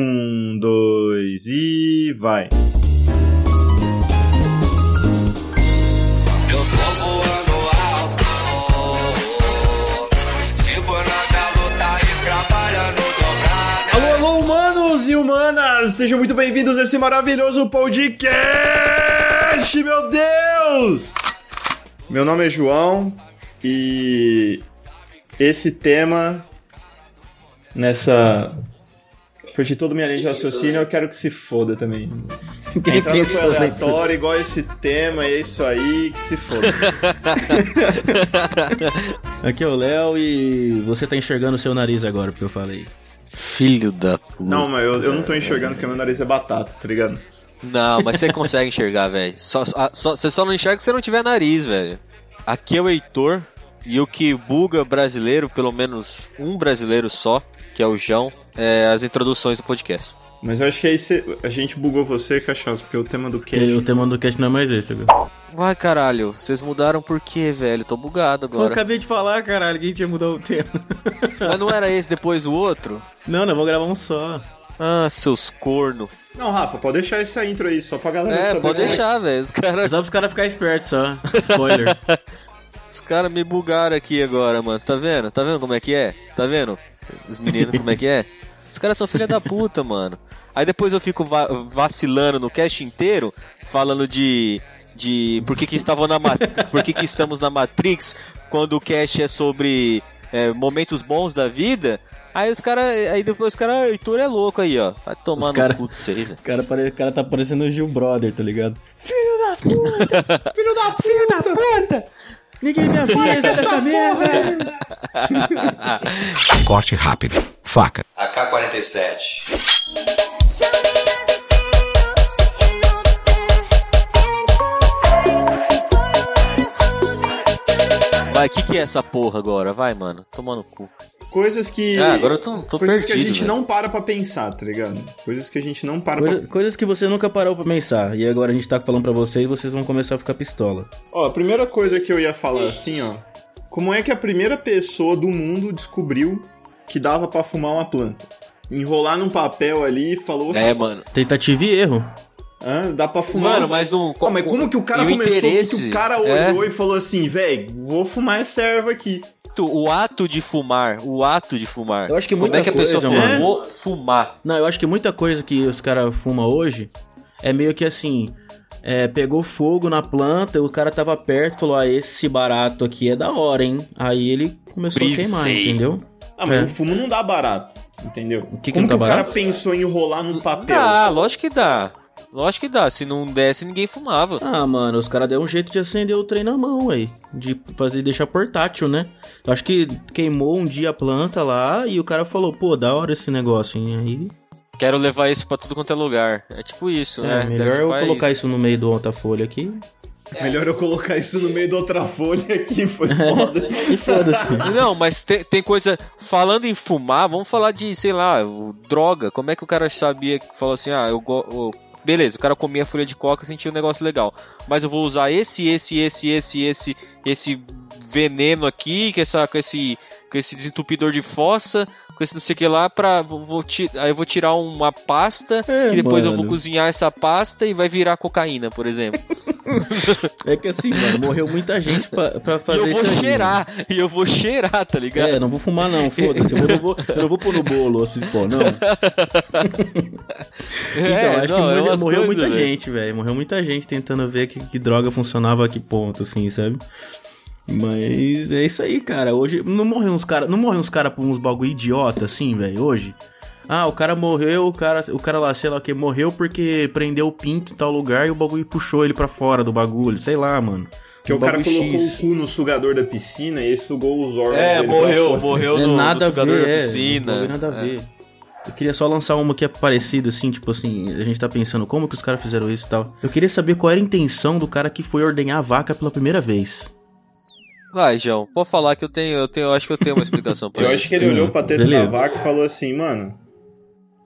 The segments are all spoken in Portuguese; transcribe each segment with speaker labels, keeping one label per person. Speaker 1: Um, dois e vai!
Speaker 2: Eu tô voando alto, segurando a luta e trabalhando dobrada.
Speaker 1: Alô, alô, humanos e humanas! Sejam muito bem-vindos a esse maravilhoso podcast, meu Deus! Meu nome é João e esse tema nessa. Perdi toda a minha linha de raciocínio, eu quero que se foda também. Tá
Speaker 3: Quem
Speaker 1: Entrando foi
Speaker 3: pensou, né?
Speaker 1: aleatório, igual esse tema, é isso aí, que se foda.
Speaker 3: Aqui é o Léo e você tá enxergando o seu nariz agora, porque eu falei.
Speaker 4: Filho da puta.
Speaker 1: Não, mas eu, eu não tô enxergando porque meu nariz é batata, tá ligado?
Speaker 4: Não, mas você consegue enxergar, velho. Só, só- só- você só não enxerga se você não tiver nariz, velho. Aqui é o Heitor e o que buga brasileiro, pelo menos um brasileiro só, que é o João, é as introduções do podcast.
Speaker 1: Mas eu acho que aí cê- a gente bugou você, cachaça, porque o tema do
Speaker 3: Que o
Speaker 1: queijo.
Speaker 3: tema do cast não é mais esse agora.
Speaker 4: Ai, caralho, vocês mudaram por quê, velho? Tô bugado
Speaker 3: Eu
Speaker 4: agora.
Speaker 3: acabei de falar, caralho, que a gente ia mudar o tema.
Speaker 4: Mas não era esse depois o outro?
Speaker 3: não, não, vou gravar um só.
Speaker 4: Ah, seus corno.
Speaker 1: Não, Rafa, pode deixar essa intro aí, só pra galera
Speaker 4: É,
Speaker 1: saber.
Speaker 4: pode
Speaker 1: como
Speaker 4: deixar, velho. Os
Speaker 3: É
Speaker 4: caras
Speaker 3: só pros caras ficarem espertos só. Spoiler.
Speaker 4: os cara me bugaram aqui agora, mano. Tá vendo? Tá vendo como é que é? Tá vendo? Os meninos, como é que é? Os caras são filha da puta, mano. Aí depois eu fico va- vacilando no cast inteiro, falando de. de por que, que estavam na ma- por que, que estamos na Matrix quando o cast é sobre é, momentos bons da vida. Aí os caras. Aí depois os caras, ah, Heitor é louco aí, ó. Vai tomar
Speaker 3: Os cara-
Speaker 4: no cu de vocês.
Speaker 3: O cara, pare- o cara tá parecendo o Gil Brother, tá ligado? Filho das putas! Filho da puta! Filho da puta! Ninguém me avisa dessa merda!
Speaker 5: Corte rápido. Faca.
Speaker 2: AK-47.
Speaker 6: Show me how it feels sitting on the bed, feeling so high, too far away to hold me.
Speaker 4: Vai, o que, que é essa porra agora? Vai, mano. Tomar no cu.
Speaker 1: é. Coisas que.
Speaker 4: Ah, agora eu tô, tô
Speaker 1: Coisas
Speaker 4: perdido.
Speaker 1: que a gente
Speaker 4: velho.
Speaker 1: não para pra pensar, tá ligado? Coisas que a gente não para
Speaker 3: Coisa-
Speaker 1: pra.
Speaker 3: coisas que você nunca parou pra pensar. E agora a gente tá falando pra vocês e vocês vão começar a ficar pistola.
Speaker 1: Ó, a primeira coisa que eu ia falar assim, ó. Como é que a primeira pessoa do mundo descobriu que dava pra fumar uma planta? Enrolar num papel ali e falou.
Speaker 4: É, mano.
Speaker 3: Tentativa e erro.
Speaker 1: "Hã, dá pra fumar.
Speaker 4: Mano, mas não.
Speaker 1: Ó, Ah, mas como que o cara
Speaker 4: e
Speaker 1: começou?
Speaker 4: interesse,
Speaker 1: que o cara
Speaker 4: é.
Speaker 1: olhou e falou assim, velho, vou fumar essa erva aqui.
Speaker 4: O ato de fumar, o ato de fumar.
Speaker 3: Eu acho que
Speaker 4: Como
Speaker 3: muita
Speaker 4: é que a pessoa
Speaker 3: coisa,
Speaker 4: fala,
Speaker 1: mano.
Speaker 4: vou fumar?
Speaker 3: Não, eu acho que muita coisa que os caras fumam hoje é meio que assim. é, pegou fogo na planta, o cara tava perto e falou: Ah, esse barato aqui é da hora, hein? Aí ele começou
Speaker 4: Brisei.
Speaker 3: a queimar, entendeu?
Speaker 1: Ah, mas
Speaker 3: É.
Speaker 1: o fumo não dá barato, entendeu?
Speaker 3: O que que
Speaker 1: Como
Speaker 3: não
Speaker 1: que
Speaker 3: dá
Speaker 1: o cara
Speaker 3: barato?
Speaker 1: pensou em enrolar num papel?
Speaker 4: Dá, Ah, lógico que dá. Lógico que dá. Se não desse, ninguém fumava.
Speaker 3: Ah, mano, os caras deram um jeito de acender o trem na mão aí. De fazer deixar portátil, né? Eu acho que queimou um dia a planta lá e o cara falou, pô, da hora esse negócio, hein?
Speaker 4: Quero levar isso pra tudo quanto é lugar. É tipo isso,
Speaker 3: Aí,
Speaker 4: né?
Speaker 3: é, melhor eu colocar
Speaker 4: isso.
Speaker 3: isso no meio do outra folha aqui.
Speaker 1: Melhor eu colocar isso no meio da outra folha aqui, foi foda.
Speaker 3: E foda-se.
Speaker 4: Não, mas tem, tem coisa. Falando em fumar, vamos falar de, sei lá, o- droga. Como é que o cara sabia que falou assim, ah, eu go- eu- Beleza, o cara comia folha de coca sentiu um negócio legal. Mas eu vou usar esse, esse, esse, esse, esse, esse veneno aqui, que essa, com esse. Com esse desentupidor de fossa, com esse não sei o que lá, pra. Vou, vou ti- aí eu vou tirar uma pasta,
Speaker 3: É,
Speaker 4: que depois eu vou
Speaker 3: mano.
Speaker 4: cozinhar essa pasta e vai virar cocaína, por exemplo.
Speaker 3: É que assim, mano, morreu muita gente pra, pra
Speaker 4: E
Speaker 3: fazer
Speaker 4: eu vou
Speaker 3: isso aí,
Speaker 4: cheirar, e eu vou cheirar, tá ligado?
Speaker 3: É, não vou fumar não, foda-se. Eu, não vou- eu não vou pôr no bolo assim, pô, não. Então, acho
Speaker 4: não, é
Speaker 3: que morreu,
Speaker 4: umas
Speaker 3: morreu
Speaker 4: coisas,
Speaker 3: muita
Speaker 4: velho.
Speaker 3: gente, velho. Morreu muita gente tentando ver que, que droga funcionava a que ponto, assim, sabe? Mas é isso aí, cara. Hoje não morreu uns cara, não morreu uns cara por uns bagulho idiota assim, velho, hoje. Ah, o cara morreu, o cara, o cara lá, sei lá o que, morreu porque prendeu o pinto em tal lugar e o bagulho puxou ele pra fora do bagulho, sei lá, mano.
Speaker 1: Porque é o
Speaker 3: Um
Speaker 1: cara
Speaker 3: bagulho
Speaker 1: colocou
Speaker 3: X.
Speaker 1: o cu no sugador da piscina e sugou os órgãos.
Speaker 4: É,
Speaker 1: dele pra
Speaker 4: morreu,
Speaker 1: fora.
Speaker 4: morreu
Speaker 3: É
Speaker 4: no,
Speaker 3: nada
Speaker 4: no
Speaker 3: a
Speaker 4: sugador
Speaker 3: ver,
Speaker 4: da
Speaker 3: é,
Speaker 4: piscina.
Speaker 3: não tem nada a
Speaker 4: É.
Speaker 3: ver. Eu queria só lançar uma que é parecida, assim, tipo assim, a gente tá pensando como que os caras fizeram isso e tal. Eu queria saber qual era a intenção do cara que foi ordenhar a vaca pela primeira vez.
Speaker 4: Vai, João, pode falar que eu tenho, eu tenho, eu acho que eu tenho uma explicação pra
Speaker 1: Eu
Speaker 4: isso.
Speaker 1: acho que ele
Speaker 3: Hum,
Speaker 1: olhou pra teta
Speaker 3: beleza.
Speaker 1: da vaca e falou assim, mano.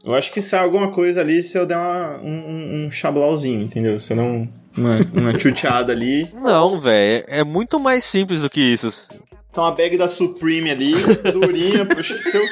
Speaker 1: Eu acho que sai alguma coisa ali se eu der uma- um, um, um chablauzinho, entendeu? Se eu não. Uma, uma chuteada ali.
Speaker 4: é Não, velho, é muito mais simples do que isso.
Speaker 1: Então a bag da Supreme ali, durinha, puxa. Se eu,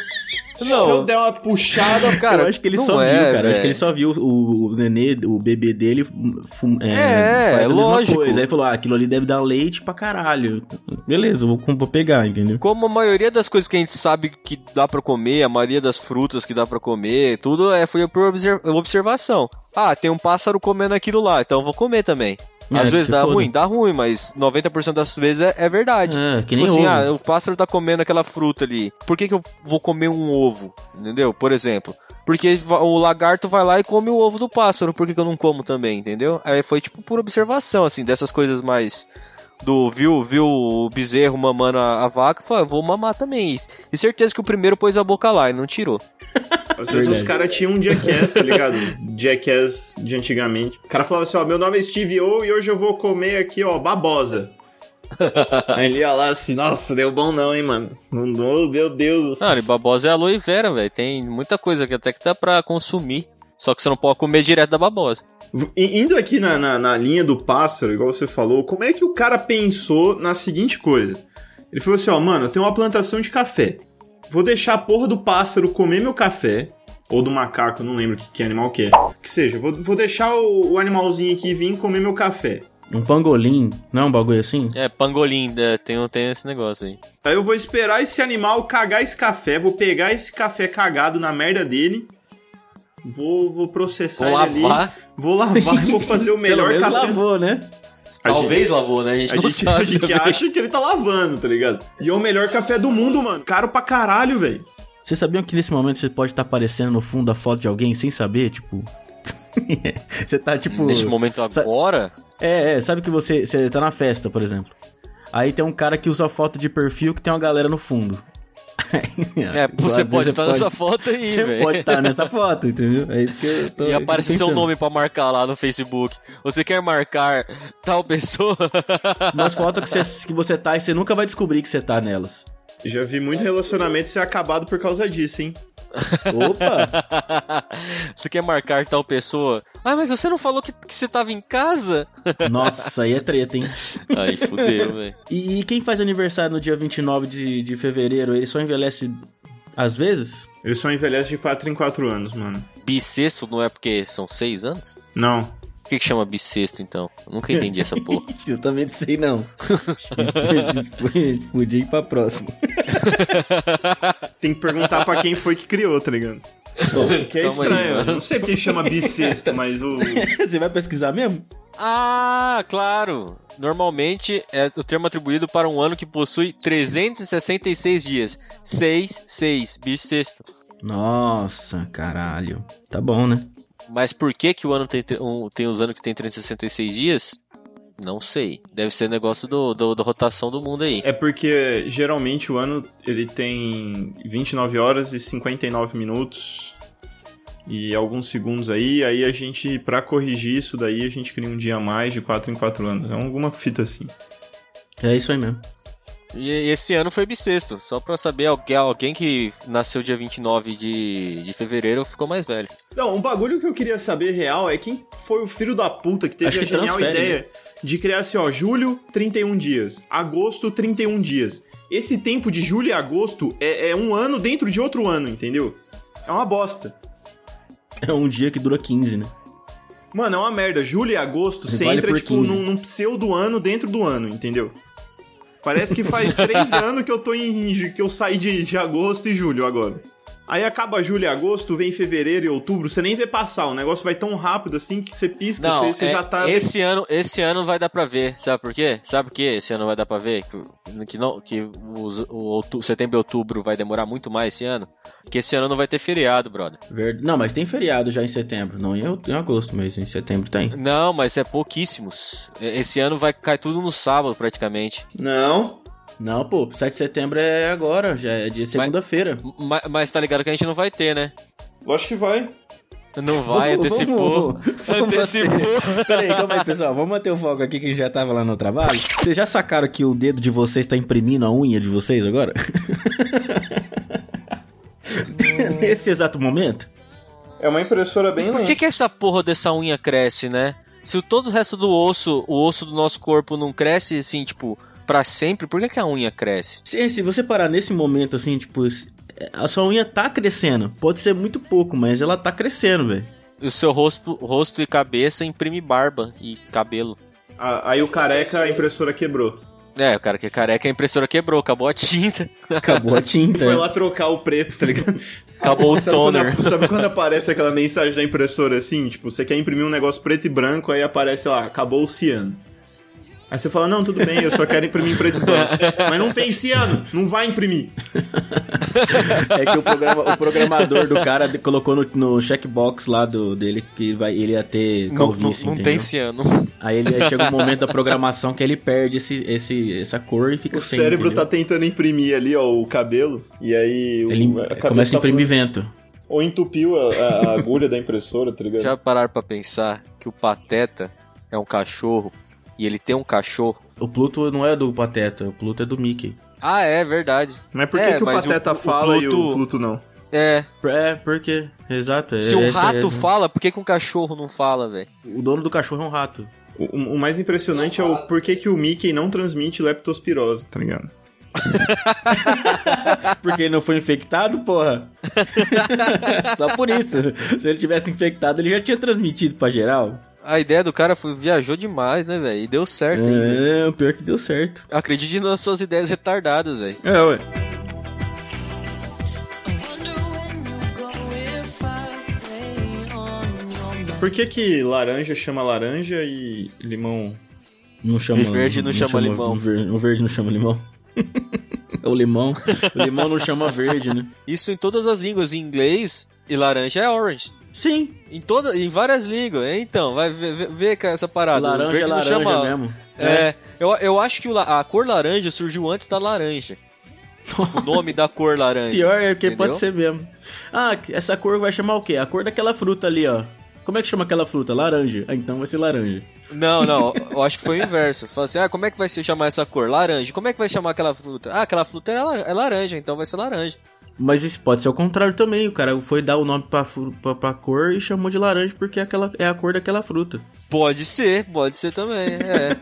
Speaker 1: se eu
Speaker 4: Não.
Speaker 1: der uma puxada,
Speaker 4: Cara,
Speaker 3: eu acho que ele
Speaker 4: não
Speaker 3: só
Speaker 4: é,
Speaker 3: viu, cara. Eu acho
Speaker 4: velho.
Speaker 3: que ele só viu o, o nenê, o bebê dele fum, é,
Speaker 4: É,
Speaker 3: faz a mesma
Speaker 4: lógico.
Speaker 3: coisa. Aí ele falou, ah, aquilo ali deve dar leite pra caralho. Beleza, eu vou, com- vou pegar, entendeu?
Speaker 4: Como a maioria das coisas que a gente sabe que dá pra comer, a maioria das frutas que dá pra comer, tudo é foi por obser- observação. Ah, tem um pássaro comendo aquilo lá, então eu vou comer também.
Speaker 3: É,
Speaker 4: Às
Speaker 3: que
Speaker 4: vezes
Speaker 3: se
Speaker 4: dá
Speaker 3: foda.
Speaker 4: ruim, dá ruim, mas 90% das vezes é, é verdade.
Speaker 3: É, que nem
Speaker 4: tipo assim,
Speaker 3: ovo.
Speaker 4: ah, o pássaro tá comendo aquela fruta ali. Por que, que eu vou comer um ovo? Entendeu? Por exemplo. Porque va- o lagarto vai lá e come o ovo do pássaro. Por que, que eu não como também, entendeu? Aí foi tipo por observação, assim, dessas coisas mais do viu, viu o bezerro mamando a, a vaca, falou, "Ah, vou mamar também. E certeza que o primeiro pôs a boca lá e não tirou.
Speaker 1: Às vezes os
Speaker 3: Verdade.
Speaker 1: caras tinham um Jackass, tá ligado? Jackass de antigamente. O cara falava assim, ó, meu nome é Steve O e hoje eu vou comer aqui, ó, babosa. Aí ele ia lá assim, nossa, deu bom não, hein, mano. Não, deu, meu Deus.
Speaker 4: Não, e babosa é aloe vera, velho. Tem muita coisa que até que dá pra consumir. Só que você não pode comer direto da babosa.
Speaker 1: I- Indo aqui na, na, na linha do pássaro, igual você falou, como é que o cara pensou na seguinte coisa? Ele falou assim, ó, mano, eu tenho uma plantação de café. Vou deixar a porra do pássaro comer meu café, ou do macaco, não lembro que, que animal que é. Que seja, vou, vou deixar o, o animalzinho aqui vir comer meu café.
Speaker 3: Um pangolim, não é um bagulho assim?
Speaker 4: É, pangolim, né? tem, tem esse negócio aí.
Speaker 1: Aí eu vou esperar esse animal cagar esse café, vou pegar esse café cagado na merda dele, vou, vou processar
Speaker 5: Vou
Speaker 1: ele ali,
Speaker 5: lavar.
Speaker 1: vou lavar e vou fazer o
Speaker 3: Pelo
Speaker 1: melhor
Speaker 3: menos
Speaker 1: café
Speaker 3: lavou, né?
Speaker 5: Talvez lavou, né? A gente
Speaker 1: A
Speaker 5: não
Speaker 1: gente,
Speaker 5: sabe.
Speaker 1: a gente
Speaker 5: também.
Speaker 1: acha que ele tá lavando, tá ligado? E é o melhor café do mundo, mano. Caro pra caralho, velho.
Speaker 3: Vocês sabiam que nesse momento você pode estar aparecendo no fundo da foto de alguém sem saber, tipo... você tá, tipo...
Speaker 4: Neste momento
Speaker 3: sa-
Speaker 4: agora,
Speaker 3: É, é, sabe que você, você tá na festa, por exemplo. Aí tem um cara que usa foto de perfil que tem uma galera no fundo.
Speaker 4: é, você pode estar nessa foto aí,
Speaker 3: Você
Speaker 4: velho.
Speaker 3: pode estar nessa foto, entendeu? É isso que eu tô
Speaker 4: E aparece seu
Speaker 3: pensando.
Speaker 4: nome pra marcar lá no Facebook. Você quer marcar tal pessoa?
Speaker 3: Umas fotos que você, que você tá e você nunca vai descobrir que você tá nelas.
Speaker 1: Já vi muito relacionamento ser acabado por causa disso, hein?
Speaker 3: Opa!
Speaker 4: você quer marcar tal pessoa? Ah, mas você não falou que, que você tava em casa?
Speaker 3: Nossa, aí é treta, hein?
Speaker 4: Aí fudeu, velho.
Speaker 3: E, e quem faz aniversário no dia 29 de, de fevereiro, ele só envelhece às vezes?
Speaker 1: Ele só envelhece de 4 em 4 anos, mano.
Speaker 4: Bissexto não é porque são seis anos?
Speaker 1: Não.
Speaker 4: Por que, que chama bissexto, então? Eu nunca entendi essa porra.
Speaker 3: Eu também não sei, não. Podia ir pra próxima.
Speaker 1: Tem que perguntar pra quem foi que criou, tá ligado? que é
Speaker 4: calma aí,
Speaker 1: estranho.
Speaker 4: mano.
Speaker 1: não sei porque chama bissexto, mas o.
Speaker 3: Você vai pesquisar mesmo?
Speaker 4: Ah, claro! Normalmente é o termo atribuído para um ano que possui 366 dias. 6, 6, bissexto.
Speaker 3: Nossa, caralho. Tá bom, né?
Speaker 4: Mas por que que o ano tem, tre- um, tem os anos que tem 366 dias? Não sei. Deve ser negócio do, do- da rotação do mundo aí.
Speaker 1: É porque geralmente o ano ele tem 29 horas e 59 minutos e alguns segundos aí. Aí a gente, pra corrigir isso daí, a gente cria um dia a mais de 4 em 4 anos. É alguma fita assim.
Speaker 3: É isso aí mesmo.
Speaker 4: E esse ano foi bissexto. Só pra saber, alguém, alguém que nasceu dia 29 de, de fevereiro ficou mais velho.
Speaker 1: Não, um bagulho que eu queria saber real é quem foi o filho da puta que teve
Speaker 3: Acho
Speaker 1: a
Speaker 3: que
Speaker 1: genial
Speaker 3: transfere, né?
Speaker 1: ideia de criar assim, ó, julho, 31 dias, agosto, 31 dias. Esse tempo de julho e agosto é, é um ano dentro de outro ano, entendeu? É uma bosta.
Speaker 3: É um dia que dura 15, né?
Speaker 1: Mano, é uma merda. Julho e agosto, você
Speaker 3: Vale
Speaker 1: entra,
Speaker 3: por
Speaker 1: tipo,
Speaker 3: 15.
Speaker 1: num, num pseudo ano dentro do ano, entendeu? Parece que faz três anos que eu tô em. em- que eu saí de, de agosto e julho agora. Aí acaba julho e agosto, vem fevereiro e outubro, você nem vê passar. O negócio vai tão rápido assim que você pisca,
Speaker 4: Não,
Speaker 1: você, você
Speaker 4: é-
Speaker 1: já tá.
Speaker 4: esse ano, esse ano vai dar pra ver, sabe por quê? Sabe por quê? Esse ano vai dar pra ver que, que não, que os- o outu- setembro e outubro vai demorar muito mais esse ano, porque esse ano não vai ter feriado, brother.
Speaker 3: Verde. Não, mas tem feriado já em setembro. Não, em out- em agosto, mas em setembro tem.
Speaker 4: Não, mas é pouquíssimos. E- Esse ano vai cair tudo no sábado praticamente.
Speaker 1: Não.
Speaker 3: Não, pô, 7 de setembro é agora, já é de segunda-feira.
Speaker 4: Ma- Mas, tá ligado que a gente não vai ter, né?
Speaker 1: Lógico que vai.
Speaker 4: Não vai,
Speaker 3: Vamos-
Speaker 4: antecipou.
Speaker 3: vamos- vamos
Speaker 4: Antecipou.
Speaker 3: manter- Peraí, calma aí, pessoal. Vamos manter o foco aqui que já tava lá no trabalho. Vocês já sacaram que o dedo de vocês tá imprimindo a unha de vocês agora? Nesse exato momento?
Speaker 1: É uma impressora bem
Speaker 4: Por que, que essa porra dessa unha cresce, né? Se o- todo o resto do osso, o osso do nosso corpo não cresce, assim, tipo, pra sempre, por que, que a unha cresce?
Speaker 3: Se, se você parar nesse momento, assim, tipo, se- a sua unha tá crescendo. Pode ser muito pouco, mas ela tá crescendo, velho.
Speaker 4: E o seu rosto, rosto e cabeça imprime barba e cabelo.
Speaker 1: Ah, Aí o careca, a impressora quebrou.
Speaker 4: É, o cara que é careca, a impressora quebrou, acabou a tinta,
Speaker 3: Acabou a tinta.
Speaker 1: Foi lá trocar o preto, tá ligado?
Speaker 4: acabou o
Speaker 1: Sabe quando,
Speaker 4: toner.
Speaker 1: sabe quando aparece aquela mensagem da impressora assim? Tipo, você quer imprimir um negócio preto e branco, aí aparece lá, acabou o ciano. Aí você fala, não, tudo bem, eu só quero imprimir em preto e branco. Mas não tem ciano, não vai imprimir.
Speaker 3: É que o, programa- o programador do cara de- colocou no, no checkbox lá do, dele que vai, ele ia ter
Speaker 4: Não, não,
Speaker 3: calvície,
Speaker 4: não
Speaker 3: entendeu?
Speaker 4: tem ciano.
Speaker 3: Aí ele aí chega um momento da programação que ele perde esse, esse, essa cor e fica
Speaker 1: O
Speaker 3: sem,
Speaker 1: cérebro
Speaker 3: entendeu?
Speaker 1: tá tentando imprimir ali, ó, o cabelo, e aí o-
Speaker 3: Ele
Speaker 1: a cabeça
Speaker 3: começa
Speaker 1: tá
Speaker 3: a imprimir vento.
Speaker 1: falando- ou entupiu a, a- a agulha da impressora, tá ligado?
Speaker 4: Já pararam pra pensar que o Pateta é um cachorro e ele tem um cachorro?
Speaker 3: O Pluto não é do Pateta, o Pluto é do Mickey.
Speaker 4: Ah, é verdade.
Speaker 1: Mas por que,
Speaker 4: É,
Speaker 1: que o
Speaker 4: mas
Speaker 1: Pateta
Speaker 4: o- o
Speaker 1: fala e
Speaker 4: Pluto-
Speaker 1: o Pluto não?
Speaker 4: É,
Speaker 3: É, porque, exato. é-
Speaker 4: se um
Speaker 3: essa-
Speaker 4: rato
Speaker 3: é-
Speaker 4: fala, por que, que um cachorro não fala, velho?
Speaker 3: O dono do cachorro é um rato.
Speaker 1: O, o- o mais impressionante é o por que, que o Mickey não transmite leptospirose, tá ligado?
Speaker 3: Porque ele não foi infectado, porra. Só por isso. Se ele tivesse infectado, ele já tinha transmitido pra geral.
Speaker 4: A ideia do cara foi, viajou demais, né, velho? E deu certo ainda.
Speaker 3: É, o pior que deu certo.
Speaker 4: Acredite nas suas ideias retardadas, velho.
Speaker 1: É, ué. Por que que laranja chama laranja e limão?
Speaker 3: Não chama.
Speaker 4: O verde não chama limão.
Speaker 3: O ver- o verde não chama limão. É o limão. O limão não chama verde, né?
Speaker 4: Isso em todas as línguas, em inglês e laranja é orange.
Speaker 3: Sim.
Speaker 4: Em, toda, em várias línguas, hein? então, vai ver, ver- ver com essa parada. O
Speaker 3: laranja é
Speaker 4: verde não
Speaker 3: laranja
Speaker 4: chama-
Speaker 3: mesmo.
Speaker 4: É, eu, eu acho que o la- a cor laranja surgiu antes da laranja. Tipo, o nome da cor laranja.
Speaker 3: Pior é que
Speaker 4: Entendeu?
Speaker 3: pode ser mesmo. Ah, essa cor vai chamar o quê? A cor daquela fruta ali, ó. Como é que chama aquela fruta? Laranja. Ah, então vai ser laranja.
Speaker 4: Não, não, eu acho que foi o inverso. Fala assim, ah, como é que vai se chamar essa cor? Laranja. Como é que vai chamar aquela fruta? Ah, aquela fruta é lar- é laranja, então vai ser laranja.
Speaker 3: Mas isso pode ser o contrário também. O cara foi dar o nome pra, fru- pra, pra cor e chamou de laranja porque é, aquela, é a cor daquela fruta.
Speaker 4: Pode ser, pode ser também, é.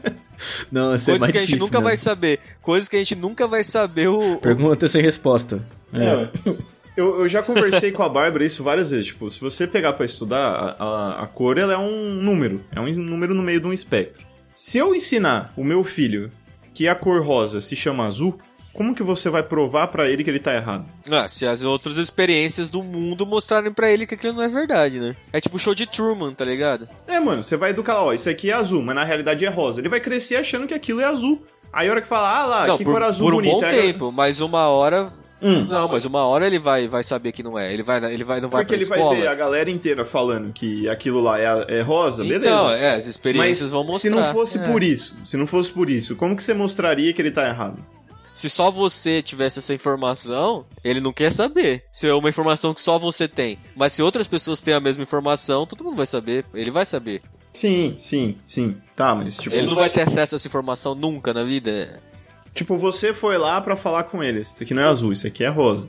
Speaker 3: Não, isso é
Speaker 4: Coisas
Speaker 3: mais
Speaker 4: que a gente
Speaker 3: difícil,
Speaker 4: nunca
Speaker 3: né?
Speaker 4: vai saber. Coisas que a gente nunca vai saber o.
Speaker 3: Pergunta sem resposta. É.
Speaker 1: É, ué. Eu, eu já conversei com a Bárbara isso várias vezes. Tipo, se você pegar pra estudar, a, a- a cor ela é um número. É um número no meio de um espectro. Se eu ensinar o meu filho que a cor rosa se chama azul, como que você vai provar pra ele que ele tá errado?
Speaker 4: Ah, se as outras experiências do mundo mostrarem pra ele que aquilo não é verdade, né? É tipo o show de Truman, tá ligado?
Speaker 1: É, mano, você vai educar, ó, isso aqui é azul, mas na realidade é rosa. Ele vai crescer achando que aquilo é azul. Aí a hora que falar, ah lá,
Speaker 4: não,
Speaker 1: que
Speaker 4: por,
Speaker 1: cor azul
Speaker 4: por um
Speaker 1: bonita.
Speaker 4: bom
Speaker 1: Aí,
Speaker 4: tempo, mas uma hora.
Speaker 1: Hum.
Speaker 4: Não, mas uma hora ele vai, vai saber que não é. Ele vai, ele vai, não vai
Speaker 1: Porque
Speaker 4: pra
Speaker 1: ele
Speaker 4: escola.
Speaker 1: vai ver a galera inteira falando que aquilo lá é, é rosa, beleza.
Speaker 4: Então, é, as
Speaker 1: Mas
Speaker 4: experiências vão
Speaker 1: se
Speaker 4: mostrar.
Speaker 1: não fosse
Speaker 4: É.
Speaker 1: por isso, se não fosse por isso, como que você mostraria que ele tá errado?
Speaker 4: Se só você tivesse essa informação, ele não quer saber. Se é uma informação que só você tem. Mas se outras pessoas têm a mesma informação, todo mundo vai saber. Ele vai saber.
Speaker 1: Sim, sim, sim. Tá, mas tipo,
Speaker 4: Ele não vai ter acesso a essa informação nunca na vida.
Speaker 1: tipo você foi lá pra falar com ele. Isso aqui não é azul, isso aqui é rosa.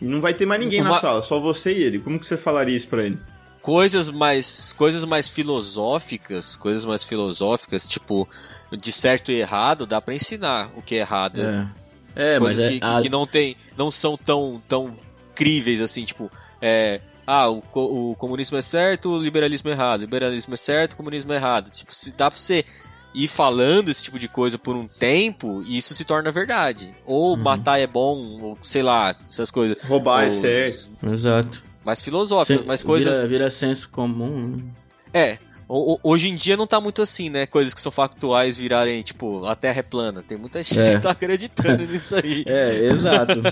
Speaker 1: E não vai ter mais ninguém na
Speaker 4: Uma-
Speaker 1: sala, só você e ele. Como que você falaria isso pra ele?
Speaker 4: Coisas mais, coisas mais filosóficas, coisas mais filosóficas, tipo de certo e errado, dá pra ensinar o que é errado.
Speaker 3: É, é mas
Speaker 4: coisas
Speaker 3: é,
Speaker 4: que, que-
Speaker 3: a-
Speaker 4: que não tem, não são tão, tão críveis assim, tipo, é, ah, o, co- o comunismo é certo, o liberalismo é errado, o liberalismo é certo, o comunismo é errado. Tipo, se dá pra você ir falando esse tipo de coisa por um tempo, isso se torna verdade. Ou
Speaker 3: Uhum.
Speaker 4: matar é bom, ou sei lá, essas coisas.
Speaker 1: Roubar é
Speaker 4: Os-
Speaker 1: certo.
Speaker 3: exato.
Speaker 4: Mais filosóficas,
Speaker 3: Sen-
Speaker 4: mais coisas.
Speaker 3: Vira, vira senso comum. né?
Speaker 4: É. o- o- Hoje em dia não tá muito assim, né? Coisas que são factuais virarem, tipo, a Terra é plana. Tem muita gente
Speaker 3: É.
Speaker 4: que tá acreditando nisso aí.
Speaker 3: É, exato.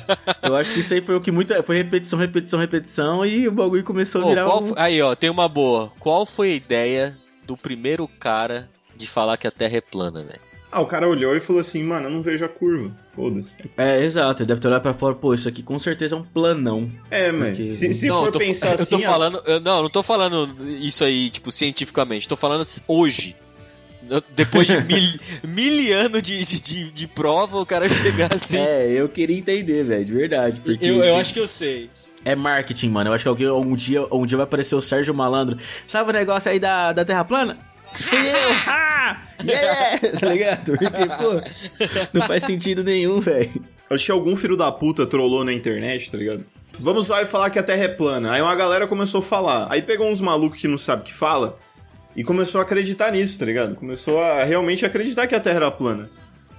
Speaker 3: Eu acho que isso aí foi o que muita. Foi repetição, repetição, repetição e o bagulho começou a
Speaker 4: Pô,
Speaker 3: virar.
Speaker 4: qual
Speaker 3: um...
Speaker 4: foi- Aí, ó, tem uma boa. Qual foi a ideia do primeiro cara de falar que a Terra é plana, velho?
Speaker 1: Ah, o cara olhou e falou assim, mano, eu não vejo a curva. Foda-se.
Speaker 3: É, exato. Ele deve ter olhado pra fora, pô, isso aqui com certeza é um planão.
Speaker 1: É, mas
Speaker 3: Porque-
Speaker 1: se, se
Speaker 4: não,
Speaker 1: for
Speaker 4: eu tô,
Speaker 1: pensar
Speaker 4: eu
Speaker 1: assim,
Speaker 4: tô
Speaker 1: a-
Speaker 4: falando, eu- não, eu não tô falando isso aí, tipo, cientificamente. Tô falando hoje. Eu- Depois de mil, mil anos de, de, de- de prova, o cara chegar assim.
Speaker 3: É, eu queria entender, velho, de verdade. Porque
Speaker 4: eu, eu acho que eu sei.
Speaker 3: É marketing, mano. Eu acho que alguém um dia, um dia vai aparecer o Sérgio Malandro. Sabe o negócio aí da, da Terra Plana? Fui eu! Ah! ah! Yeah! tá ligado? Porque, pô, não faz sentido nenhum, velho.
Speaker 1: Acho que algum filho da puta trollou na internet, tá ligado? Vamos lá e falar que a Terra é plana. Aí uma galera começou a falar. Aí pegou uns malucos que não sabe o que fala e começou a acreditar nisso, tá ligado? Começou a realmente acreditar que a Terra era plana.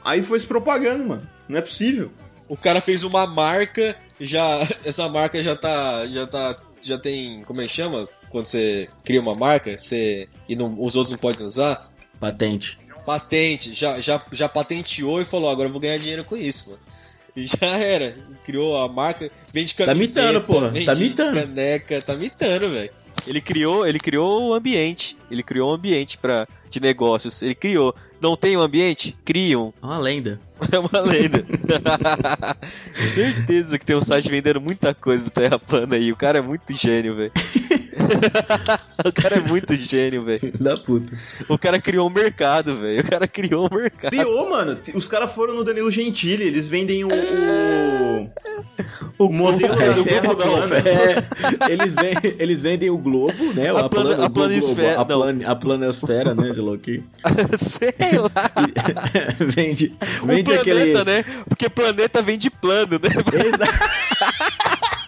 Speaker 1: Aí foi se propagando, mano. Não é possível.
Speaker 7: O cara fez uma marca, já essa marca já tá já tá já tem, como é que chama? Quando você cria uma marca, você e não- os outros não podem usar,
Speaker 3: Patente.
Speaker 7: patente, já, já já patenteou e falou, agora eu vou ganhar dinheiro com isso, mano. E já era, criou a marca, vende camiseta,
Speaker 3: mitando, porra,
Speaker 7: vende
Speaker 3: tá mitando.
Speaker 7: caneca, tá mitando, velho.
Speaker 4: Ele criou, ele criou o ambiente. Ele criou um ambiente para de negócios. Ele criou. Não tem um ambiente? Criam.
Speaker 3: É uma lenda.
Speaker 4: É uma lenda. Certeza que tem um site vendendo muita coisa do Terra Plana aí. O cara é muito gênio, velho. o cara é muito gênio, velho.
Speaker 3: Filho da puta.
Speaker 4: O cara criou um mercado, velho. O cara criou um mercado.
Speaker 1: Pior, mano. Os caras foram no Danilo Gentili, eles vendem o. o- O
Speaker 4: né?
Speaker 1: modelo da Terra plana.
Speaker 3: É, eles, ven- eles vendem o globo, né?
Speaker 4: A
Speaker 3: A, plana,
Speaker 4: plana- a
Speaker 3: o globo-
Speaker 4: planisfera-
Speaker 3: a,
Speaker 4: não.
Speaker 3: plane- a planosfera, né, sei lá o quê.
Speaker 4: Sei lá.
Speaker 3: E- vende
Speaker 4: O
Speaker 3: vende
Speaker 4: planeta,
Speaker 3: aquele...
Speaker 4: né? Porque planeta vem de plano, né?
Speaker 3: Exa-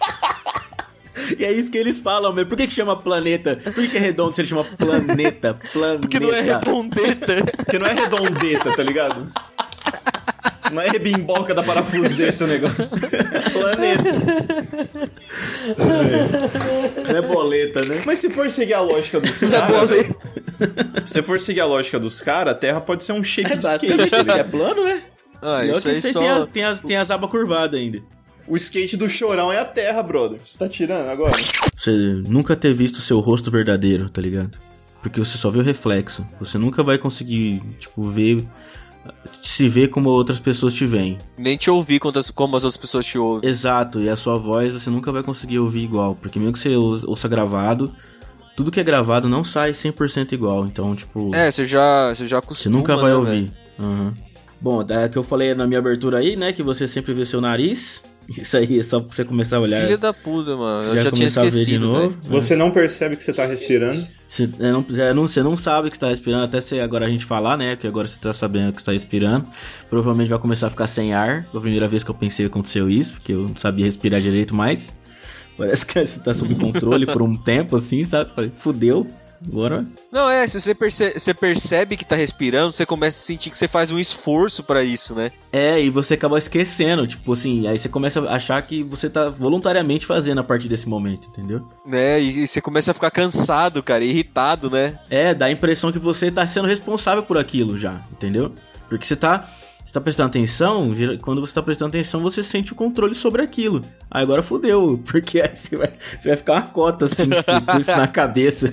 Speaker 3: E é isso que eles falam, meu. Por que, que chama planeta? Por que, que é redondo se ele chama planeta? Planeta.
Speaker 4: Porque não é redondeta.
Speaker 1: Porque não é redondeta, tá ligado? Não é rebimboca da parafuseta o negócio. É planeta.
Speaker 3: Não é boleta, né?
Speaker 1: Mas se for seguir a lógica dos caras. se for seguir a lógica dos caras, a Terra pode ser um shape de skate.
Speaker 3: Basicamente,
Speaker 1: tá
Speaker 3: isso é
Speaker 1: ligado?
Speaker 3: plano, né?
Speaker 4: Ah,
Speaker 3: Pior
Speaker 4: isso
Speaker 3: que
Speaker 4: aí
Speaker 3: isso aí
Speaker 4: só...
Speaker 3: tem, as, tem, as, tem as abas curvadas ainda.
Speaker 1: O skate do chorão é a Terra, brother. Você tá tirando agora?
Speaker 3: Você nunca ter visto o seu rosto verdadeiro, tá ligado? Porque você só vê o reflexo. Você nunca vai conseguir, tipo, ver. Se ver como outras pessoas te veem.
Speaker 4: Nem te ouvir quanto as- como as outras pessoas te ouvem.
Speaker 3: Exato, e a sua voz você nunca vai conseguir ouvir igual, porque mesmo que você ou- ouça gravado, tudo que é gravado não sai 100% igual, então, tipo,
Speaker 4: É, você já, você já
Speaker 3: você
Speaker 4: acostuma,
Speaker 3: nunca vai
Speaker 4: né, velho?
Speaker 3: ouvir. Uhum. Bom, da que eu falei na minha abertura aí, né, que você sempre vê seu nariz, isso aí é só pra você começar a olhar.
Speaker 4: Filha da puta, mano. Eu
Speaker 3: já
Speaker 4: já, tinha
Speaker 3: começar a ver de
Speaker 4: esquecido,
Speaker 3: novo.
Speaker 4: velho.
Speaker 1: Você não percebe que você tá respirando.
Speaker 3: Você é, não, é, não- você não sabe que está respirando, até você, agora a gente falar, né? Que agora você tá sabendo que está respirando. Provavelmente vai começar a ficar sem ar. Foi a primeira vez que eu pensei que aconteceu isso, porque eu não sabia respirar direito mais. Parece que você tá sob controle por um tempo, assim, sabe? Falei, fudeu, agora.
Speaker 4: Não, é, se você, perce- você percebe que tá respirando, você começa a sentir que você faz um esforço pra isso, né?
Speaker 3: É, e você acaba esquecendo, tipo assim, aí você começa a achar que você tá voluntariamente fazendo a partir desse momento, entendeu?
Speaker 4: Né? E, e você começa a ficar cansado, cara, irritado, né?
Speaker 3: É, dá a impressão que você tá sendo responsável por aquilo já, entendeu? Porque você tá, você tá prestando atenção, gera- quando você tá prestando atenção, você sente o controle sobre aquilo. Aí agora fudeu, porque aí você vai, você vai ficar uma cota assim, tipo, com isso na cabeça.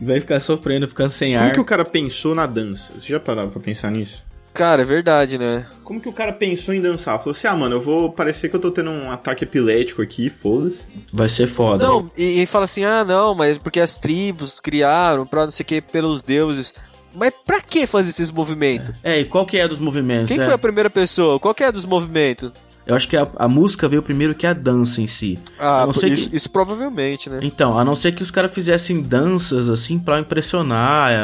Speaker 3: E vai ficar sofrendo, ficando sem
Speaker 1: Como
Speaker 3: ar.
Speaker 1: que o cara pensou na dança? Você já parou pra pensar nisso?
Speaker 4: Cara, é verdade, né?
Speaker 1: Como que o cara pensou em dançar? Falou assim, ah, mano, eu vou parecer que eu tô tendo um ataque epilético aqui, foda-se.
Speaker 3: Vai ser foda.
Speaker 4: Não, e, e fala assim, ah, não, mas porque as tribos criaram pra não sei o que pelos deuses. Mas pra que fazer esses movimentos?
Speaker 3: É, e qual que é dos movimentos?
Speaker 4: Quem
Speaker 3: é?
Speaker 4: foi a primeira pessoa? Qual que é dos movimentos?
Speaker 3: Eu acho que a, a música veio primeiro que a dança em si.
Speaker 4: Ah,
Speaker 3: a não ser que-
Speaker 4: isso, isso provavelmente, né?
Speaker 3: Então, a não ser que os caras fizessem danças assim pra impressionar é,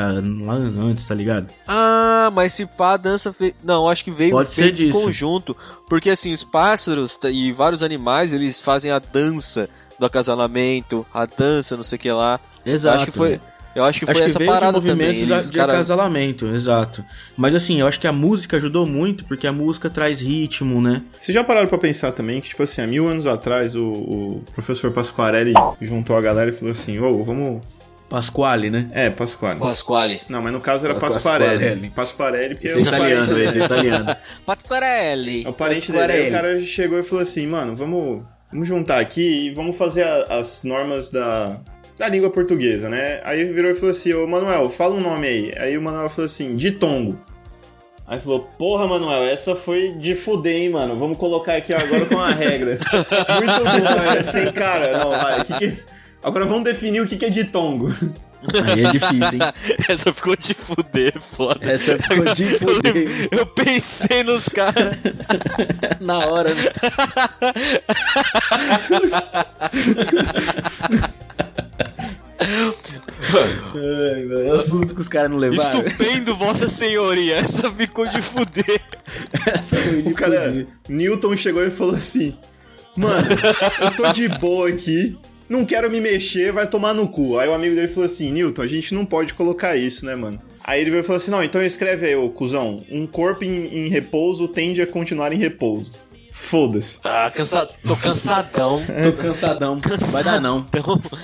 Speaker 3: lá antes, tá ligado?
Speaker 4: Ah, mas se pá, a dança. Fe... Não, acho que veio,
Speaker 3: Pode
Speaker 4: veio
Speaker 3: ser
Speaker 4: em
Speaker 3: disso.
Speaker 4: conjunto. Porque assim, os pássaros t- e vários animais, eles fazem a dança do acasalamento, a dança, não sei o que lá. Eu
Speaker 3: Exato. né?
Speaker 4: acho que foi. Eu acho que
Speaker 3: Acho
Speaker 4: foi
Speaker 3: que
Speaker 4: essa
Speaker 3: veio
Speaker 4: parada
Speaker 3: de movimentos
Speaker 4: também.
Speaker 3: a-
Speaker 4: Eles,
Speaker 3: de
Speaker 4: cara...
Speaker 3: acasalamento, exato. Mas assim, eu acho que a música ajudou muito, porque a música traz ritmo, né?
Speaker 1: Vocês já pararam pra pensar também que, tipo assim, há mil anos atrás o, o professor Pasquarelli juntou a galera e falou assim, ô, vamos...
Speaker 3: Pasquale, né?
Speaker 1: É, Pasquale.
Speaker 5: Pasquale.
Speaker 1: Não, mas no caso era
Speaker 3: Pasquarelli.
Speaker 1: Pasquarelli. Pasquarelli, porque
Speaker 3: Esse é
Speaker 1: o parente
Speaker 3: italiano, esse é italiano.
Speaker 4: Pasquarelli.
Speaker 1: É o parente dele. Aí o cara chegou e falou assim, mano, vamos, vamos juntar aqui e vamos fazer a- as normas da, da língua portuguesa, né? Aí virou e falou assim, ô Manuel, fala um nome aí. Aí o Manuel falou assim, ditongo. Aí falou, porra, Manuel, essa foi de fuder, hein, mano? Vamos colocar aqui agora com a regra. Muito bom, é assim, cara. Não, vai, o que que- Agora vamos definir o que, que é ditongo.
Speaker 3: Aí é difícil, hein?
Speaker 4: essa ficou de fuder, foda.
Speaker 3: Essa ficou de fuder
Speaker 4: Eu pensei nos caras.
Speaker 3: na hora. né? Ai, velho, Eu assusto com os caras não levaram?
Speaker 4: Estupendo, Vossa Senhoria. Essa ficou de fuder.
Speaker 1: O cara, Newton chegou e falou assim: Mano, eu tô de boa aqui, não quero me mexer, vai tomar no cu. Aí o amigo dele falou assim: Newton, a gente não pode colocar isso, né, mano? Aí ele veio e falou assim: Não, então escreve aí, ô cuzão. Um corpo em, em repouso tende a continuar em repouso. Foda-se.
Speaker 4: Tá
Speaker 5: Ah, cansa... tô cansadão.
Speaker 3: Tô cansadão. Vai dar não.
Speaker 4: Cansadão.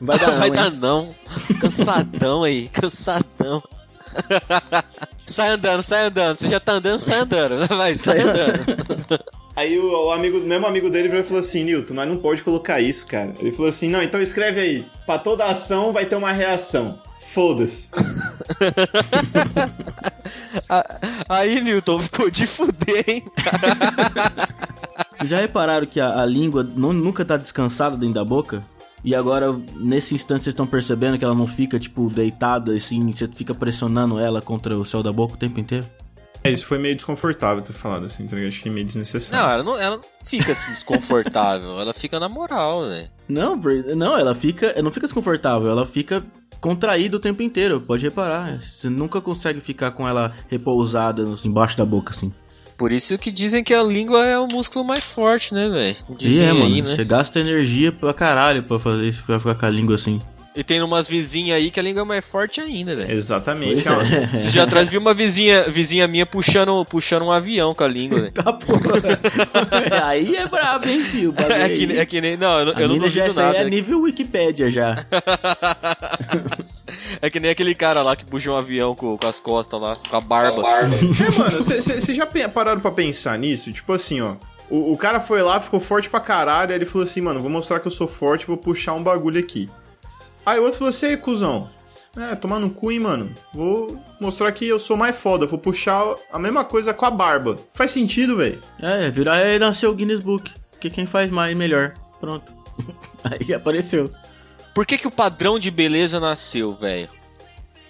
Speaker 3: Vai dar não,
Speaker 4: Vai
Speaker 3: hein?
Speaker 4: dar não. Cansadão aí, cansadão. Sai andando, sai andando. Você já tá andando, sai andando. Vai, sai andando.
Speaker 1: Aí o, o amigo, o mesmo amigo dele veio e falou assim: Newton, nós não pode colocar isso, cara. Ele falou assim: Não, então escreve aí: Pra toda ação vai ter uma reação. Foda-se.
Speaker 4: A- Aí, Newton, ficou de fuder, hein?
Speaker 3: Vocês já repararam que a, a língua nu- nunca tá descansada dentro da boca? E agora, nesse instante, vocês estão percebendo que ela não fica, tipo, deitada, assim, você fica pressionando ela contra o céu da boca o tempo inteiro?
Speaker 1: É, isso foi meio desconfortável ter falado assim, tá ligado? Achei meio desnecessário.
Speaker 4: Não, ela não, ela não fica assim desconfortável. Ela fica na moral, né?
Speaker 3: Não, por- não, ela fica. Ela não fica desconfortável, ela fica contraída o tempo inteiro, pode reparar. Você nunca consegue ficar com ela repousada assim, embaixo da boca, assim.
Speaker 4: Por isso que dizem que a língua é o músculo mais forte, né, velho?
Speaker 3: E
Speaker 4: Dizem
Speaker 3: é,
Speaker 4: aí,
Speaker 3: mano,
Speaker 4: né?
Speaker 3: você gasta energia pra caralho pra fazer isso, pra ficar com a língua assim.
Speaker 4: E tem umas vizinhas aí que a língua é mais forte ainda, velho.
Speaker 1: Exatamente.
Speaker 3: Pois é.
Speaker 1: ela-
Speaker 4: Esses dias atrás vi uma vizinha, vizinha minha puxando, puxando um avião com a língua, velho.
Speaker 3: Tá porra. aí é brabo, hein, filho?
Speaker 4: É que, é que nem. Não, eu, não- eu não
Speaker 3: já
Speaker 4: duvido
Speaker 3: isso aí
Speaker 4: nada.
Speaker 3: é nível Wikipédia já.
Speaker 4: É que nem aquele cara lá que puxa um avião com, com as costas lá, com a barba.
Speaker 1: É, mano, vocês já pe- pararam pra pensar nisso? Tipo assim, ó. O, o cara foi lá, ficou forte pra caralho, aí ele falou assim, mano, vou mostrar que eu sou forte, vou puxar um bagulho aqui. Aí o outro falou assim, "Ei, cuzão, é, tomar no cu, hein, mano. Vou mostrar que eu sou mais foda, vou puxar a mesma coisa com a barba. Faz sentido, velho.
Speaker 3: É, virou. Aí nasceu o Guinness Book. Porque quem faz mais, melhor. Pronto. Aí apareceu.
Speaker 4: Por que, que o padrão de beleza nasceu, velho?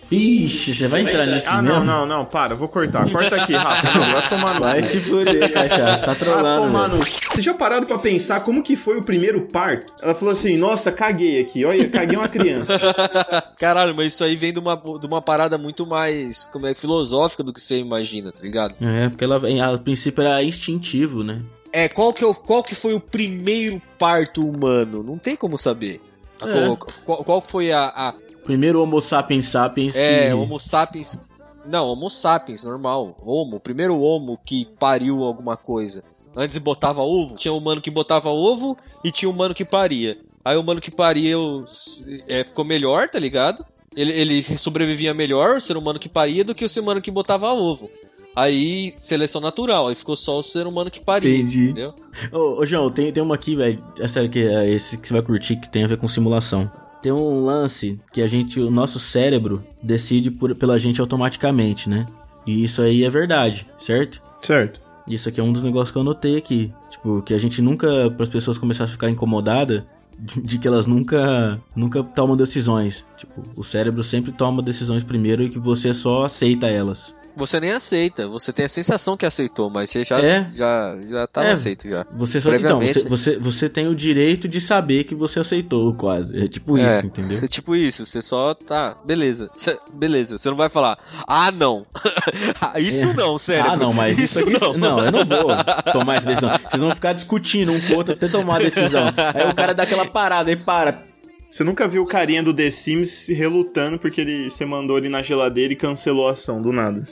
Speaker 3: Ixi, você vai entrar nisso
Speaker 1: Ah,
Speaker 3: mesmo?
Speaker 1: não, não, não, para, vou cortar. Corta aqui, rápido, vai tomar no
Speaker 3: Vai
Speaker 1: cu.
Speaker 3: se fuder, cachaça. Tá
Speaker 1: Ah,
Speaker 3: trollando,
Speaker 1: tomar
Speaker 3: velho.
Speaker 1: no- Vocês já pararam pra pensar como que foi o primeiro parto? Ela falou assim, nossa, caguei aqui, olha, caguei uma criança.
Speaker 7: Caralho, mas isso aí vem de uma, de uma parada muito mais como é, filosófica do que você imagina, tá ligado?
Speaker 3: É, porque ela, em- a princípio era instintivo, né?
Speaker 7: É, qual que, é o- qual que foi o primeiro parto humano? Não tem como saber. A
Speaker 3: É.
Speaker 7: co- qual, qual foi a. a-
Speaker 3: Primeiro Homo sapiens sapiens.
Speaker 7: é,
Speaker 3: que-
Speaker 7: Homo sapiens. Não, Homo sapiens, normal. Homo, o primeiro Homo que pariu alguma coisa. Antes botava ovo, tinha um humano que botava ovo e tinha um humano que paria. Aí o humano que paria os- é, ficou melhor, tá ligado? Ele, ele sobrevivia melhor, o ser humano que paria, do que o ser humano que botava ovo. Aí, seleção natural, aí ficou só o ser humano que paria.
Speaker 3: Entendi.
Speaker 7: Entendeu?
Speaker 3: Ô, ô, João, tem, tem uma aqui, velho. É sério que é esse que você vai curtir que tem a ver com simulação. Tem um lance que a gente, o nosso cérebro decide por- pela gente automaticamente, né? E isso aí é verdade, certo?
Speaker 1: Certo.
Speaker 3: Isso aqui é um dos negócios que eu anotei aqui. Tipo, que a gente nunca, para as pessoas começarem a ficar incomodadas de, de que elas nunca, nunca tomam decisões. Tipo, o cérebro sempre toma decisões primeiro e que você só aceita elas.
Speaker 4: Você nem aceita, você tem a sensação que aceitou, mas você já,
Speaker 3: É.
Speaker 4: já, já
Speaker 7: tá
Speaker 4: tava
Speaker 3: É.
Speaker 4: aceito já.
Speaker 3: Você só, então,
Speaker 4: Previamente,
Speaker 3: você, você,
Speaker 4: né?
Speaker 3: você tem o direito de saber que você aceitou, quase. É tipo
Speaker 4: É.
Speaker 3: isso, entendeu?
Speaker 4: É tipo isso, você só tá. Beleza, Cê- beleza, você não vai falar, ah não, Ah, isso não, sério.
Speaker 3: Ah, não, mas isso, aqui. Não. eu não vou tomar essa decisão. Vocês vão ficar discutindo um com o outro até tomar a decisão. Aí o cara dá aquela parada e para.
Speaker 1: Você nunca viu o carinha do The Sims se relutando porque ele, você mandou ele na geladeira e cancelou a ação do nada.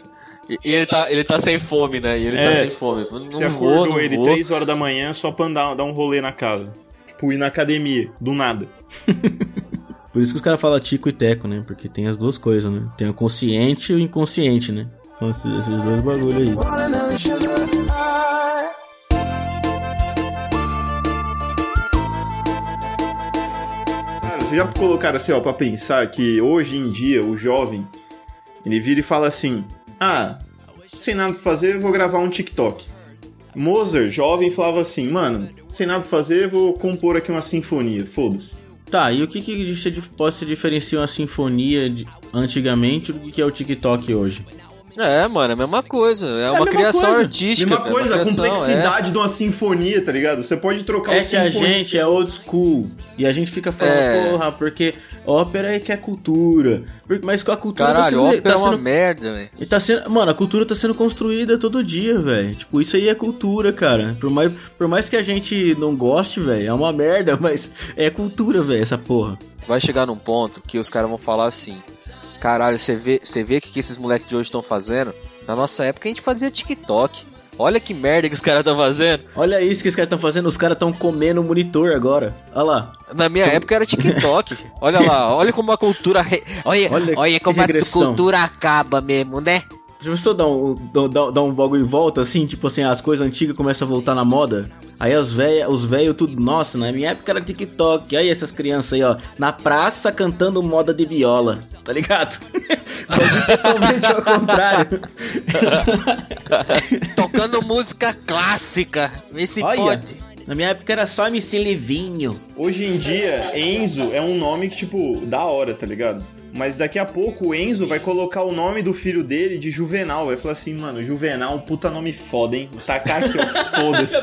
Speaker 5: E e ele tá, ele tá sem fome, né? E ele
Speaker 1: É.
Speaker 5: tá sem fome. Não
Speaker 1: Você
Speaker 5: vou,
Speaker 1: acordou
Speaker 5: não
Speaker 1: ele
Speaker 5: vou.
Speaker 1: três horas da manhã só pra andar, dar um rolê na casa. Tipo, ir na academia, do nada.
Speaker 3: Por isso que os caras falam tico e teco, né? Porque tem as duas coisas, né? Tem o consciente e o inconsciente, né? São esses, esses dois bagulho aí.
Speaker 1: Cara, vocês já colocaram assim, ó, pra pensar que hoje em dia o jovem, ele vira e fala assim, ah, sem nada pra fazer, vou gravar um TikTok. Mozart, jovem, falava assim, mano, sem nada pra fazer, vou compor aqui uma sinfonia, foda-se.
Speaker 3: Tá, e o que que você dif- pode se diferenciar uma sinfonia de- antigamente do que é o TikTok hoje?
Speaker 4: É, mano, é a mesma coisa. É, uma
Speaker 3: mesma
Speaker 4: criação
Speaker 3: coisa.
Speaker 4: artística.
Speaker 1: Mesma
Speaker 4: velho,
Speaker 1: coisa,
Speaker 4: uma
Speaker 1: a
Speaker 4: criação, é.
Speaker 1: complexidade de uma sinfonia, tá ligado? Você pode trocar
Speaker 3: É
Speaker 1: o
Speaker 3: que a
Speaker 1: sinfoni-
Speaker 3: gente é old school. E a gente fica falando,
Speaker 4: É.
Speaker 3: porra, porque ópera é que é cultura. Por- Mas com a cultura tá
Speaker 4: Caralho,
Speaker 3: sendo-
Speaker 4: ópera
Speaker 3: tá
Speaker 4: é uma
Speaker 3: sendo
Speaker 4: merda, velho.
Speaker 3: E tá sendo. Mano, a cultura tá sendo construída todo dia, velho. Tipo, isso aí é cultura, cara. Por mais, por mais que a gente não goste, velho, é uma merda, mas é cultura, velho, essa porra.
Speaker 4: Vai chegar num ponto que os caras vão falar assim: caralho, você vê, você vê o que, que esses moleques de hoje estão fazendo? Na nossa época a gente fazia TikTok. Olha que merda que os caras estão fazendo.
Speaker 3: Olha isso que os caras estão fazendo, os caras estão comendo o monitor agora. Olha lá.
Speaker 4: Na minha
Speaker 3: Então-
Speaker 4: época era TikTok. Olha lá, olha como a cultura. re- Olha,
Speaker 3: Olha
Speaker 4: olha,
Speaker 3: que
Speaker 4: como
Speaker 3: regressão.
Speaker 4: a cultura acaba mesmo, né?
Speaker 3: Já pensou dar um, dar, dar- dar um bagulho em volta, assim, tipo assim, as coisas antigas começam a voltar na moda? Aí os velhos, os velho tudo, nossa, na minha época era TikTok, aí essas crianças aí, ó, na praça cantando moda de viola, tá ligado? Bagulho totalmente ao contrário.
Speaker 4: Tocando música clássica. Vê se
Speaker 3: Olha,
Speaker 4: pode.
Speaker 3: na minha época era só MC Levinho.
Speaker 1: Hoje em dia, Enzo é um nome que, tipo, da hora, tá ligado? Mas daqui a pouco o Enzo vai colocar o nome do filho dele de Juvenal. Vai falar assim, mano, Juvenal, puta nome foda, hein? Tá Tacar aqui, ó, foda-se.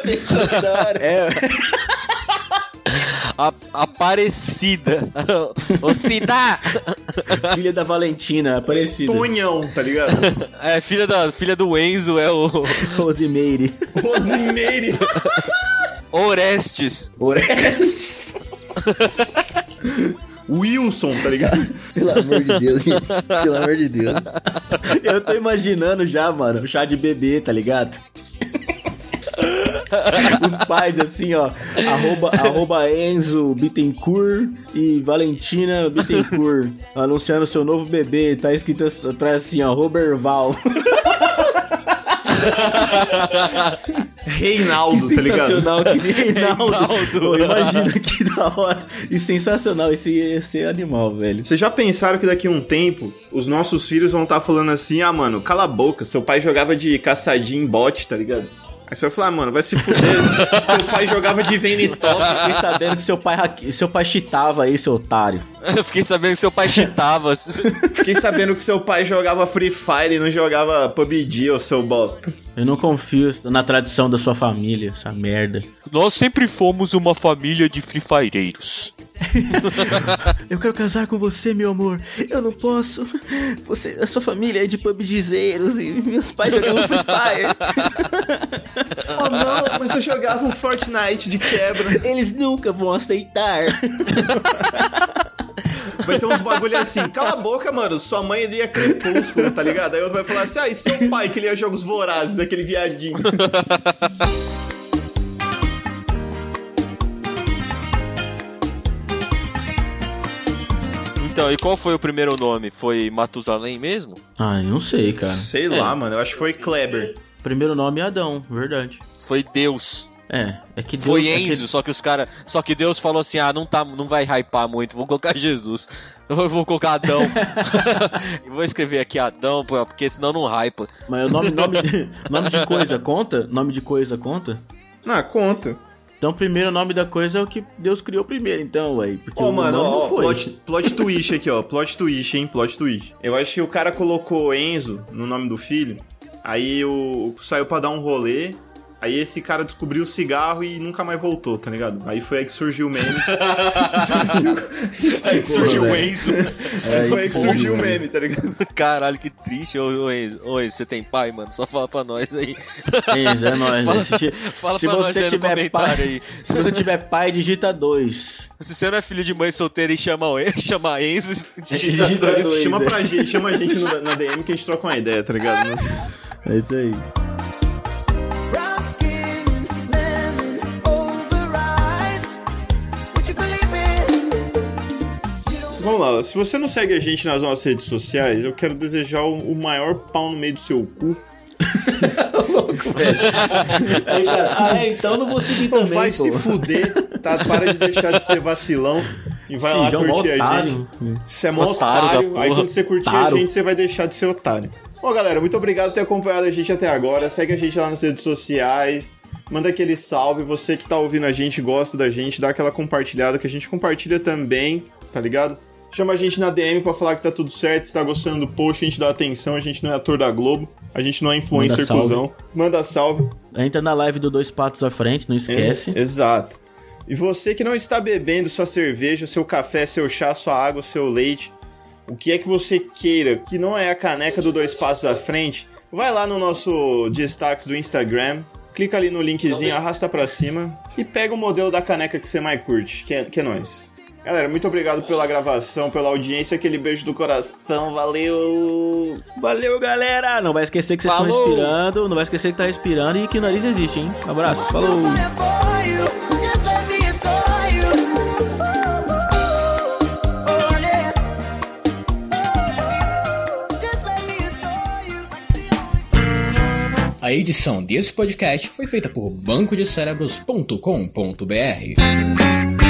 Speaker 4: A- Aparecida. Ô, Cida!
Speaker 3: Filha da Valentina, Aparecida.
Speaker 1: Tonhão, tá ligado?
Speaker 4: É, filha, da, filha do Enzo é o
Speaker 3: Rosimeire.
Speaker 1: Rosimeire.
Speaker 4: Orestes.
Speaker 3: Orestes.
Speaker 1: Wilson, tá ligado?
Speaker 8: Pelo amor de Deus, gente. Pelo amor de Deus.
Speaker 3: Eu tô imaginando já, mano, o chá de bebê, tá ligado? Os pais, assim, ó, arroba, arroba Enzo Bittencourt e Valentina Bittencourt anunciando seu novo bebê. Tá escrito as- atrás assim, ó, Roberval.
Speaker 1: Reinaldo, tá ligado?
Speaker 3: sensacional, que
Speaker 8: É
Speaker 3: nem Reinaldo. Pô, imagina que da hora. E sensacional esse, esse animal, velho.
Speaker 1: Vocês já pensaram que daqui a um tempo os nossos filhos vão estar falando assim: ah, mano, cala a boca, seu pai jogava de caçadinha em bote, tá ligado? Aí você vai falar, ah, mano, vai se fuder, seu pai jogava de Vane Top.
Speaker 3: Fiquei sabendo que seu pai, hacke- seu pai chitava aí, seu otário.
Speaker 4: Eu fiquei sabendo que seu pai chitava.
Speaker 1: Fiquei sabendo que seu pai jogava Free Fire e não jogava PUBG, ô seu bosta.
Speaker 3: Eu não confio na tradição da sua família, essa merda.
Speaker 4: Nós sempre fomos uma família de frifareiros.
Speaker 3: Eu quero casar com você, meu amor. Eu não posso. Você, a sua família é de pubgizeiros e meus pais jogando Free Fire.
Speaker 1: Oh não, mas eu jogava um Fortnite de quebra.
Speaker 3: Eles nunca vão aceitar.
Speaker 1: Vai ter uns bagulho assim, cala a boca, mano, sua mãe ele é crepúsculo, tá ligado? Aí outro vai falar assim, ah, e seu pai que lia jogos vorazes, aquele viadinho.
Speaker 4: Então, e qual foi o primeiro nome? Foi Matusalém mesmo?
Speaker 3: Ai, Ah, não sei, cara.
Speaker 1: Sei lá, mano, eu acho que foi Kleber.
Speaker 3: Primeiro nome é Adão, verdade.
Speaker 4: Foi Deus.
Speaker 3: É, é que Deus,
Speaker 4: Foi
Speaker 3: é que-
Speaker 4: Enzo, só que os caras. Só que Deus falou assim: ah, não, tá, não vai hypar muito, vou colocar Jesus. Eu vou colocar Adão. Eu vou escrever aqui Adão, pô, porque senão não hypa.
Speaker 3: Mas o nome, nome, nome de coisa conta? Nome de coisa conta?
Speaker 1: Ah, conta.
Speaker 3: Então, primeiro o nome da coisa é o que Deus criou primeiro, então, ué. Porque
Speaker 1: Ô,
Speaker 3: o
Speaker 1: mano,
Speaker 3: nome
Speaker 1: ó,
Speaker 3: não foi.
Speaker 1: plot, plot twist aqui, ó. Plot twist, hein? Plot twist. Eu acho que o cara colocou Enzo no nome do filho. Aí o, o- saiu pra dar um rolê. Aí esse cara descobriu o cigarro e nunca mais voltou, tá ligado? Aí foi aí que surgiu o meme.
Speaker 4: Aí surgiu o Enzo.
Speaker 3: É,
Speaker 1: foi aí que surgiu o meme, tá ligado?
Speaker 4: Caralho, que triste, ô, ô Enzo. Ô Enzo, você tem pai, mano? Só fala pra nós aí.
Speaker 3: Enzo, é nóis,
Speaker 4: Fala-
Speaker 3: né? Se,
Speaker 4: fala
Speaker 3: se
Speaker 4: pra nós aí
Speaker 3: você
Speaker 4: no
Speaker 3: tiver
Speaker 4: comentário
Speaker 3: pai,
Speaker 4: aí.
Speaker 3: Se você tiver pai, digita dois.
Speaker 4: Se você não é filho de mãe solteira e chama, o Enzo, chama Enzo, digita
Speaker 3: Digita
Speaker 4: dois.
Speaker 3: dois,
Speaker 1: chama
Speaker 3: é.
Speaker 1: pra gente, chama a gente no- na DM que a gente troca uma ideia, tá ligado?
Speaker 3: É isso aí.
Speaker 6: Brown skin and lemon over eyes. Would you believe it?
Speaker 1: Vamos lá, se você não segue a gente nas nossas redes sociais, eu quero desejar o, o maior pau no meio do seu cu.
Speaker 3: Aí, cara, ah, é, então eu não vou seguir
Speaker 1: Então
Speaker 3: também,
Speaker 1: vai
Speaker 3: pô.
Speaker 1: se fuder, tá? Para de deixar de ser vacilão e vai lá
Speaker 3: Sijão, mó
Speaker 1: curtir a
Speaker 3: é um otário.
Speaker 1: gente. Você é mó
Speaker 4: Otário da
Speaker 1: otário. Aí
Speaker 4: porra.
Speaker 1: quando você curtir
Speaker 3: Otário.
Speaker 1: a gente, você vai deixar de ser otário. Bom, galera, muito obrigado por ter acompanhado a gente até agora. Segue a gente lá nas redes sociais. Manda aquele salve. Você que tá ouvindo a gente, gosta da gente, dá aquela compartilhada que a gente compartilha também, tá ligado? Chama a gente na DM pra falar que tá tudo certo, se tá gostando do post, a gente dá atenção, a gente não é ator da Globo, a gente não é influencer
Speaker 3: Manda salve.
Speaker 1: cuzão. Manda salve.
Speaker 3: Entra tá na live do Dois Patos à Frente, não esquece.
Speaker 1: É, exato. E você que não está bebendo sua cerveja, seu café, seu chá, sua água, seu leite, o que é que você queira, que não é a caneca do Dois Passos à Frente, vai lá no nosso destaques do Instagram, clica ali no linkzinho, arrasta pra cima e pega o modelo da caneca que você mais curte, que é, que é nóis. Galera, muito obrigado pela gravação, pela audiência, aquele beijo do coração, valeu!
Speaker 3: Valeu, galera! Não vai esquecer que vocês estão
Speaker 7: Falou!
Speaker 3: respirando, não vai esquecer que tá respirando e que o nariz existe, hein? Abraço, falou!
Speaker 9: A edição desse podcast foi feita por bancodecerebros.com.br.